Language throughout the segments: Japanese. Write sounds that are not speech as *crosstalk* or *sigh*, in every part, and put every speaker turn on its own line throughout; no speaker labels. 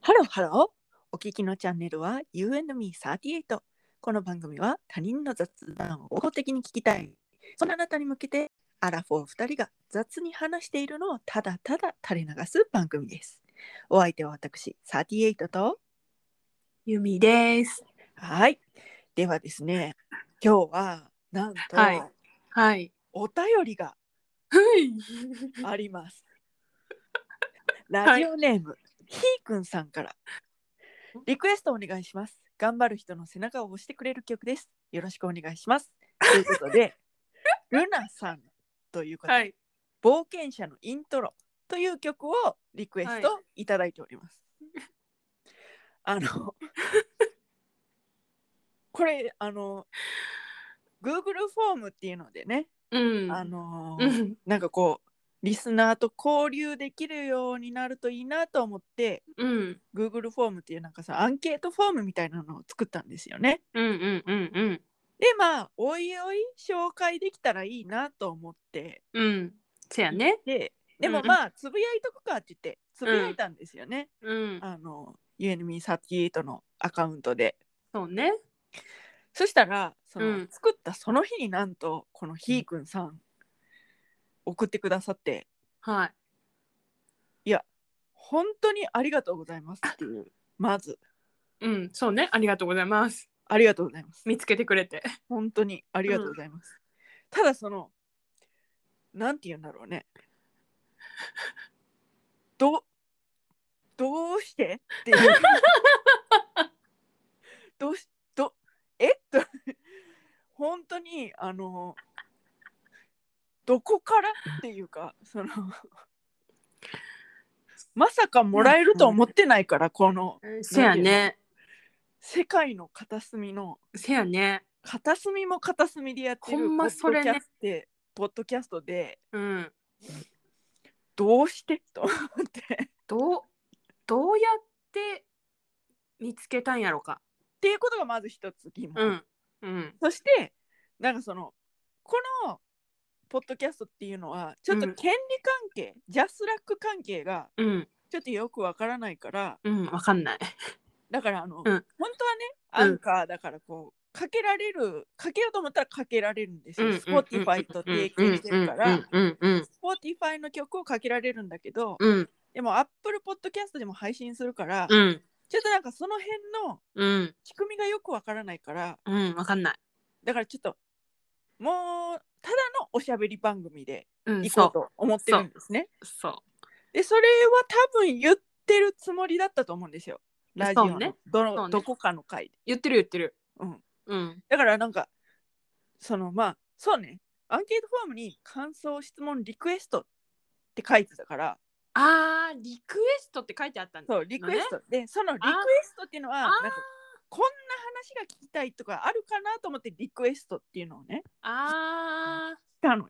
ハローハロー。お聞きのチャンネルは You and Me38。この番組は他人の雑談を合法的に聞きたい。そんなあなたに向けて、アラフォー2人が雑に話しているのをただただ垂れ流す番組です。お相手は私、38と。
ゆみです。
はい。ではですね、今日はなんと、
はいはい。
お便りが
はい。
あり
*laughs*
ます。ラジオネーム、ひーくんさんから。リクエストお願いします。頑張る人の背中を押してくれる曲です。よろしくお願いします。ということで、
*laughs*
ルナさんという方、
はい。
冒険者のイントロという曲をリクエストいただいております。あの、これ、あの、Google フォームっていうのでね、
うん。
あの
うん。
なんかこうリスナーと交流できるようになるといいなと思って
うん。
Google フォームっていうなんかさアンケートフォームみたいなのを作ったんですよね。
うん。うん。うん。うん。
でまあおいおい紹介できたらいいなと思って
うん。せやね。
でで
う
も
んうん
まあつぶやいとくかって言ってつぶやいたんですよね、
うん。
あの UNME38 のアカウントで。
そうね。
そしたらその、
うん
作ったその日になんとこのひーくんさん送ってくださって。
はい。
本当にありがとうございますっていうまず
うん。そうね。ありがとうございます。
ありがとうございます
見つけてくれて。
本当にありがとうございます、ただそのなんて言うんだろうねどどうしてっていうどうしどえっ *laughs* と本当にあのどこからっていうかそのまさかもらえると思ってないからこの
せやね。
世界の片隅の
せやね。
片隅も片隅でやってる
ほんまそれね
ポッドキャストでポッドキャストで
うん。
どうしてと思って *laughs* っ
どう。どうやって。見つけたんやろか。
ていうことがまず一つ疑問、
うん。うん。
そしてなんかそのこのポッドキャストっていうのはちょっと
うん
権利関係、ジャスラック関係が
うん。
ちょっとよくわからないから
うん。わかんない。
だからあの、
うん
本当
うん
はねアンカーだからこうかけられるかけようと思ったらかけられるんですよ、
うん。
Spotify と提携してるから、
うん。うん。
Spotify の曲をかけられるんだけど、
うん。
でも Apple Podcast でも配信するから、
うん。
ちょっとなんかその辺の
うん。
仕組みがよくわからないから
うん。わかんない。
だからちょっともうただのおしゃべり番組で
うん。
行こ
そう
と思ってるんですね。
う。そう。
でそれは多分言ってるつもりだったと思うんですよ。ラジオ
そう
の
ね
ど
そ
の、
うね
どこかの回で。
言ってる言ってる。
うん、
うん。
だからなんかそのまあそうねアンケートフォームに感想質問リクエストって書いてたから
あー、リクエストって書いてあったんだ。
そうリクエスト、でそのリクエストっていうのは
あ
なんかこんな話が聞きたいとかあるかなと思ってリクエストっていうのをね
あ
したのよ。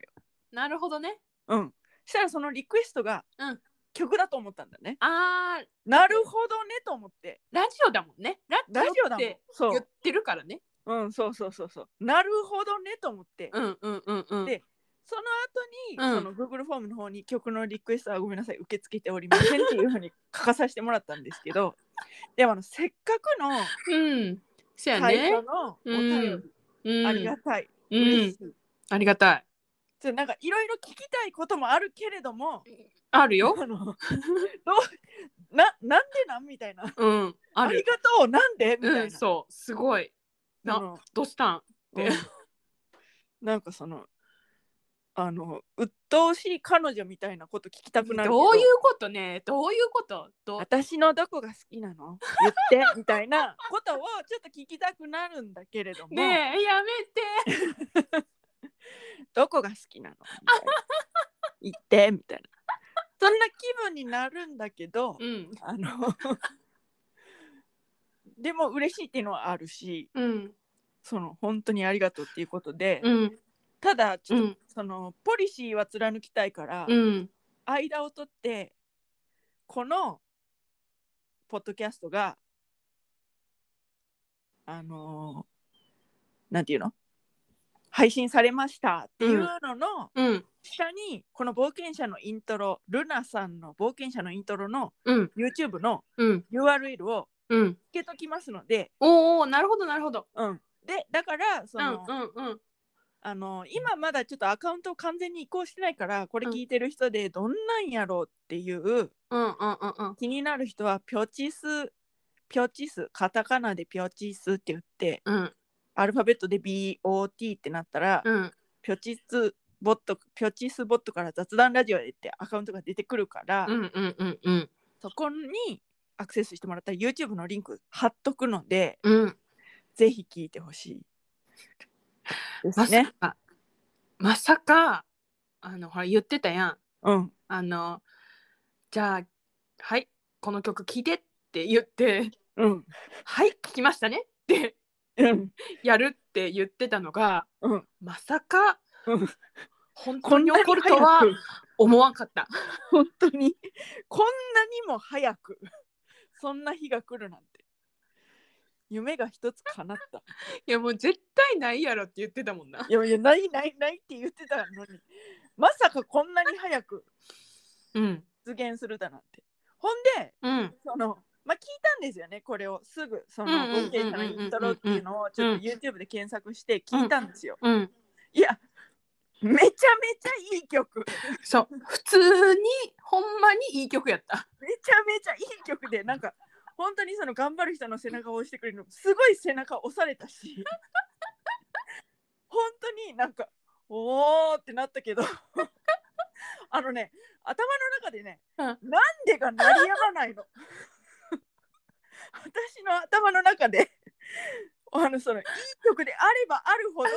ー、なるほどね。
うん。したらそのリクエストが
うん
曲だと思ったんだね。
あー、
なるほどねと思って。
ラジオだもんね。ラ
ラジオだ
っ
もん
て。
そ
言っ
う。
てるからね。
うん、そうそうそうそう。なるほどねと思って。
うんうんうんうん。
でその
うん
後に、その Google フォームの方に曲のリクエストはごめんなさい受け付けておりませんっていうふうに書かさせてもらったんですけ
*laughs*
どでもあのせっかくの
うん。そや
最
ね
初。のお
うん
便
う
り
ん。
ありがたい、
う
嬉
ん
し。い
ありがたい。
ちょなんかいろいろ聞きたいこともあるけれども、
あるよ。
あのどうななんでなんみたいな。
うん。
あ
あ
り
る。
がとうなんでみたいな。
うん、そう。すごい。な
その
どうしたん
うんなんかそのあの鬱陶しい彼女みたいなこと聞きたくなるけ
どういうことねどういうことどう
私のどこが好きなの言
*laughs*
ってみたいなことをちょっと聞きたくなるんだけれども、
ねえ、やめて。
どこが好きなのみたいな言ってみたいなそんな気分になるんだけど、
うん。
あのでも嬉しいっていうのはあるし
うん。
その本当にありがとうっていうことで、
うん。
ただち
う
ょっと、
ん。
そのポリシーは貫きたいから、
うん。
間を取ってこのポッドキャストがあのーなんていうの配信されましたっていうのの
うん。
下にこの冒険者のイントロルナさんの冒険者のイントロの
うん
YouTube の
うん
URL を
うん
つけときますので、
おーおーなるほどなるほど
うん、でだからそ
うんう
の、
んうん
あの今まだちょっとアカウントを完全に移行してないからこれ聞いてる人でどんなんやろうっていう
うんうんうんうん
気になる人はピョチスピョチスカタカナでピョチスって言って
うん
アルファベットで BOT ってなったら、
うん
ピョチスボットピョチスボットから雑談ラジオへってアカウントが出てくるから、
うんうんうんうん
そこにアクセスしてもらったら YouTube のリンク貼っとくので
うん
ぜひ聞いてほしいです
ま
ね
さ。かまさかあのほら言ってたやん
うん、
あのじゃあはいこの曲聴いてって言って
うん、
はい聴きましたねって
うん、
やるって言ってたのが、
うん
まさか、
うん
本
こ
当
ん
に
なに
起こるとは
早く
思わんかった。
本当にこんなにも早くそんな日が来るなんて夢が一つ叶った
いやもう絶対ないやろって言ってたもんな。
いやいやないないないって言ってたのにまさかこんなに早く
うん
実現するだなんてほんで
うん
そのまあ聞いたんですよねこれをすぐその
うんうんうんうんう
冒
ん
険者のイントロっていうのをちょっと YouTube で検索して聞いたんですよ
うん。
いやめちゃめちゃいい曲
そう普通にほんまにいい曲やった。
めちゃめちゃいい曲でなんか本当にその頑張る人の背中を押してくれるのすごい背中押されたし本当になんかおーってなったけどあのね頭の中でね、
うん
なんでが鳴りやまないの私の頭の中であのそのいい曲であればあるほど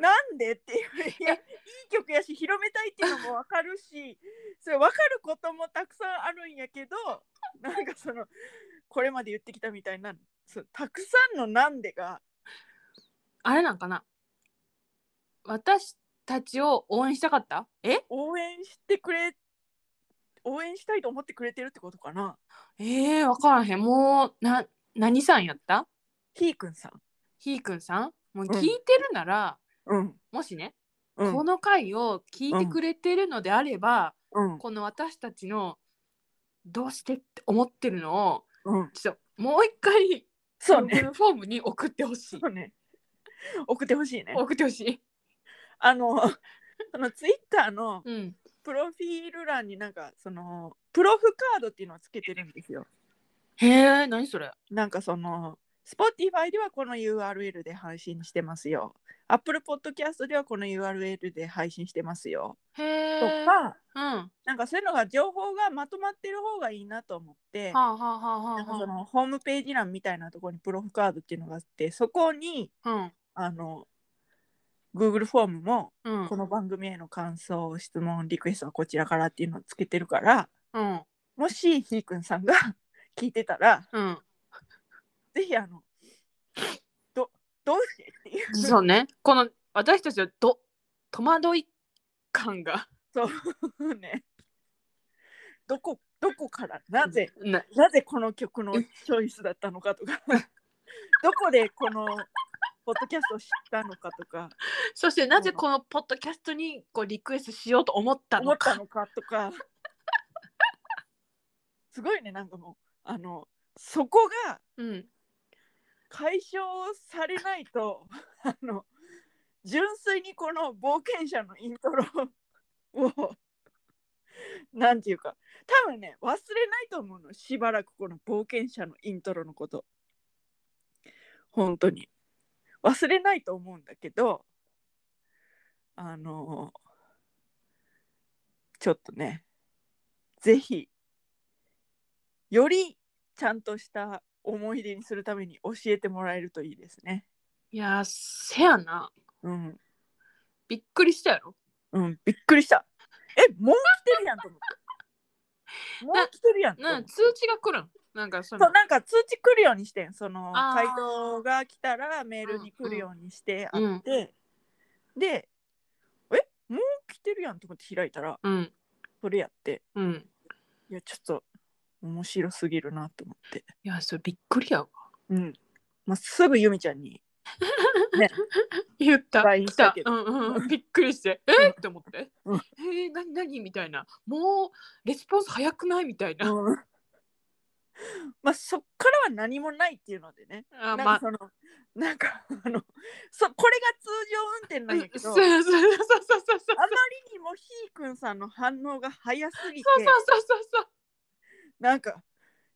なんでっていういやいい曲やし広めたいっていうのもわかるしそれ分かることもたくさんあるんやけど *laughs* なんかそのこれまで言ってきたみたいなそうたくさんの「なんでが」
あれなんかな私たちを応援したかったえ
応援してくれ応援したいと思ってくれてるってことかな
えー、分からへん。もうな何さんやった
ひーくんさん。
ひーくんさんもううん聞いてるなら、
うん
もしね、
うん
この回を聞いてくれてるのであれば、
うん
この私たちのどうしてって思ってるのを
うん、
ちょっともう一回
そうね
Google フォームに送ってほしい
そうね送ってほしいね
送ってほしい、
あの *laughs* そのツイッターの
うん、
プロフィール欄になんかそのプロフカードっていうのをつけてるんですよ
へえ何それ
なんかその Spotify ではこの URL で配信してますよ Apple Podcast ではこの URL で配信してますよ
へ
と
え
か、
うんは
なんかそういうのが情報がまとまってる方がいいなと思って
あ、はあはあ
なんかそ
は
のホームページ欄みたいなところにプロフカードっていうのがあってそこに
あうん
あの Google フォームも
うん
この番組への感想質問リクエストはこちらからっていうのをつけてるから
うん
もしひーくんさんが *laughs* 聞いてたら
うん
ぜひあのどどうしてっていう
そうねこの私たちのど戸惑い感が
そうねどこどこからなぜ
*laughs* な
なぜこの曲のチョイスだったのかとかどこでこのポッドキャストを知ったのかとか
そしてなぜこのポッドキャストにこうリクエストしようと思った
思
の
っ
か
たのかとかすごいねなんかもうあのそこが
うん
解消されないと *laughs* あの純粋にこの冒険者のイントロをなんていうか多分ね忘れないと思うのしばらくこの冒険者のイントロのこと本当に忘れないと思うんだけどあのちょっとねぜひよりちゃんとした思い出にするために教えてもらえるといいですね。
いやーせやな
うん、
びっくりしたやろ
うん、びっくりした。え、もう来てるやんと思
*laughs*
って。もう来てるやんと思
な
っ
ん
て。
通知が来るんなんかその
そうなんか通知来るようにしてんその
あー
回答が来たらメールに来るようにしてあって、でえもう来てるやんと思って開いたら
うん
それやって
うん
いやちょっと面白すぎるなと思って、
いやそれびっくりやわ
うんまあ、すぐゆみちゃんに
言った。
LINE
来た。
したけ
う
ど
んうん
*laughs*
うん。びっくりして。えーって思って。
うん
えー、なになにみたいな。もう、レスポンス早くないみたいな。
うんまあそっからは何もないっていうのでね。
あ
なん
ま
か
あ。
そのなんかあのそこれが通常運転
う
なんんや
そう
け
そ
ど、
う
あま
そうそうそうそうそう
りにもひーくんさんの反応が早すぎて、
そうそうそうわ
なんか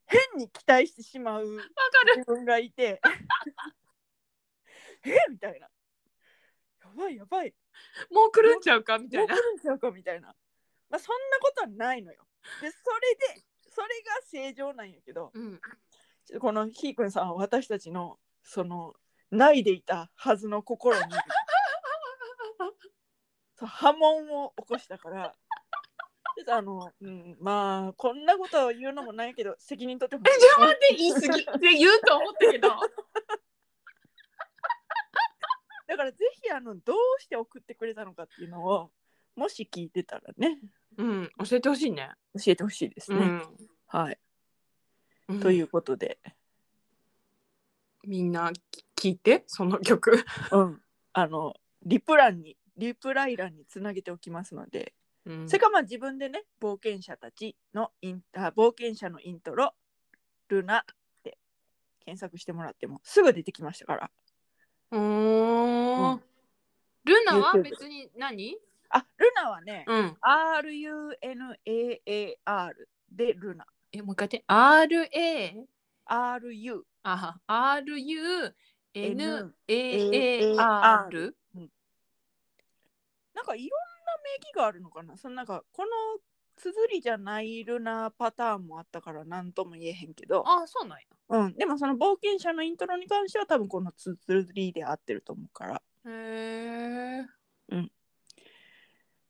変に期待してしまう
かる
自分がいて、 *laughs* えみたいな。やばいやばい。
もう狂んちゃうかみた
も
いう
来
な
るんちゃうかみたいな。まあそんなことはないのよ。でそれでそれが正常なんやけど。
うん
ちょっとこのひーくんさんは私たちのそのないでいたはずの心にそう波紋を起こしたからちょっとあの、うん、まあこんなことを言うのもないけど責任取ってほしい
えちょっと待って言い過ぎって言うと思ったけど
*laughs* だからぜひあのどうして送ってくれたのかっていうのをもし聞いてたらね
うん教えてほしいね
教えてほしいですね。はい、
うん
ということで、
みんな聞いてその曲
うん、あのリプランにリプライ欄につなげておきますのでそれ
世界
からまあ自分でね冒険者たちのインあ冒険者のイントロルナって検索してもらってもすぐ出てきましたからう
う
んん
ルナは
YouTube
別に何
あルナはね、
うん
RUNAAR でルナ
えもう一回言って RA
RU
あ RUNAAR
N なんかいろんな名義があるのかなそのなんかこの綴りじゃないルナパターンもあったから何とも言えへんけど、
あそうなんや
うん、でもその冒険者のイントロに関しては多分この綴りで合ってると思うから
へえ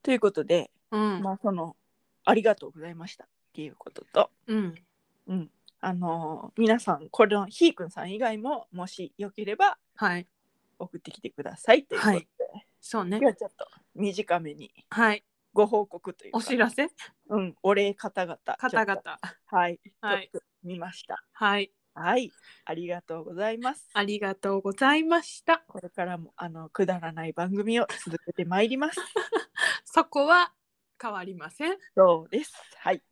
ということで
うん
まあそのありがとうございましたっていうことと、
うん
うん、あのー皆さんこれのひーくんさん以外ももしよければ
はい
送ってきてくださいということで、
はいそうね
今日はちょっと短めに
はい
ご報告というか
お知らせ
うん、お礼方々
方
ちょっ
々
とはい、
はい
ちょっと見ました
はい
はいありがとうございます
ありがとうございました
これからもあのくだらない番組を続けてまいります
そこは変わりません
そうですはい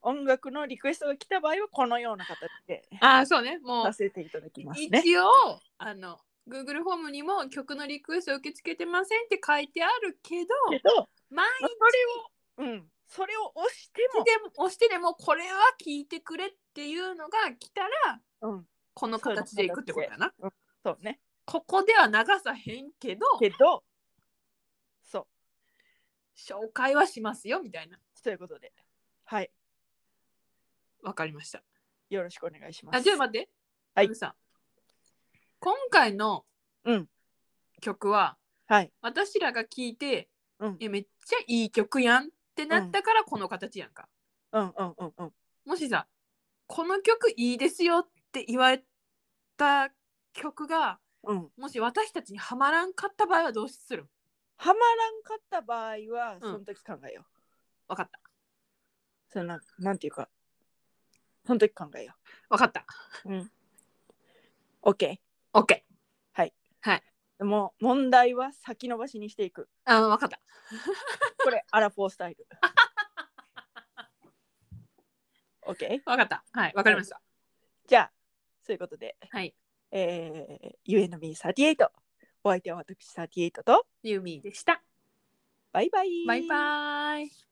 音楽のリクエストが来た場合はこのような形で
あそうねもう
させていただきますね
一応あの Google フォームにも曲のリクエストを受け付けてませんって書いてあるけど
けど
毎
まあそれを、うん、それを押して
日でも押してでもこれは聞いてくれっていうのが来たら
も、うん、
この形でいくってことだな
そうね。
ここでは流さへんけど
けど、そう、
紹介はしますよみたいな
ということで、はい、
わかりました
よろしくお願いします。
あじゃあ待って
はい
あのさ今回の
うん
曲は、
はい、
私らが聞いて、
うん
えめっちゃいい曲やんってなったからこの形やんか、
うんうんうんうん。
もしさこの曲いいですよって言われた曲が
うん、
もし私たちにはまらんかった場合はどうする
はまらんかった場合は、その時考えよう。
わかった
そのなんなんていうか、その時考えよ
わかった
う。うん。OK。
OK
もう問題は先延ばしにしていく。
あわかった
これ、アラフォースタイ
*laughs*
ル。OK。
わかったはいわかりました
じゃあ、そういうことで。
はい
えー、UNB38 お相手は私38と
ユーミーでした
バイバイ
バイバイ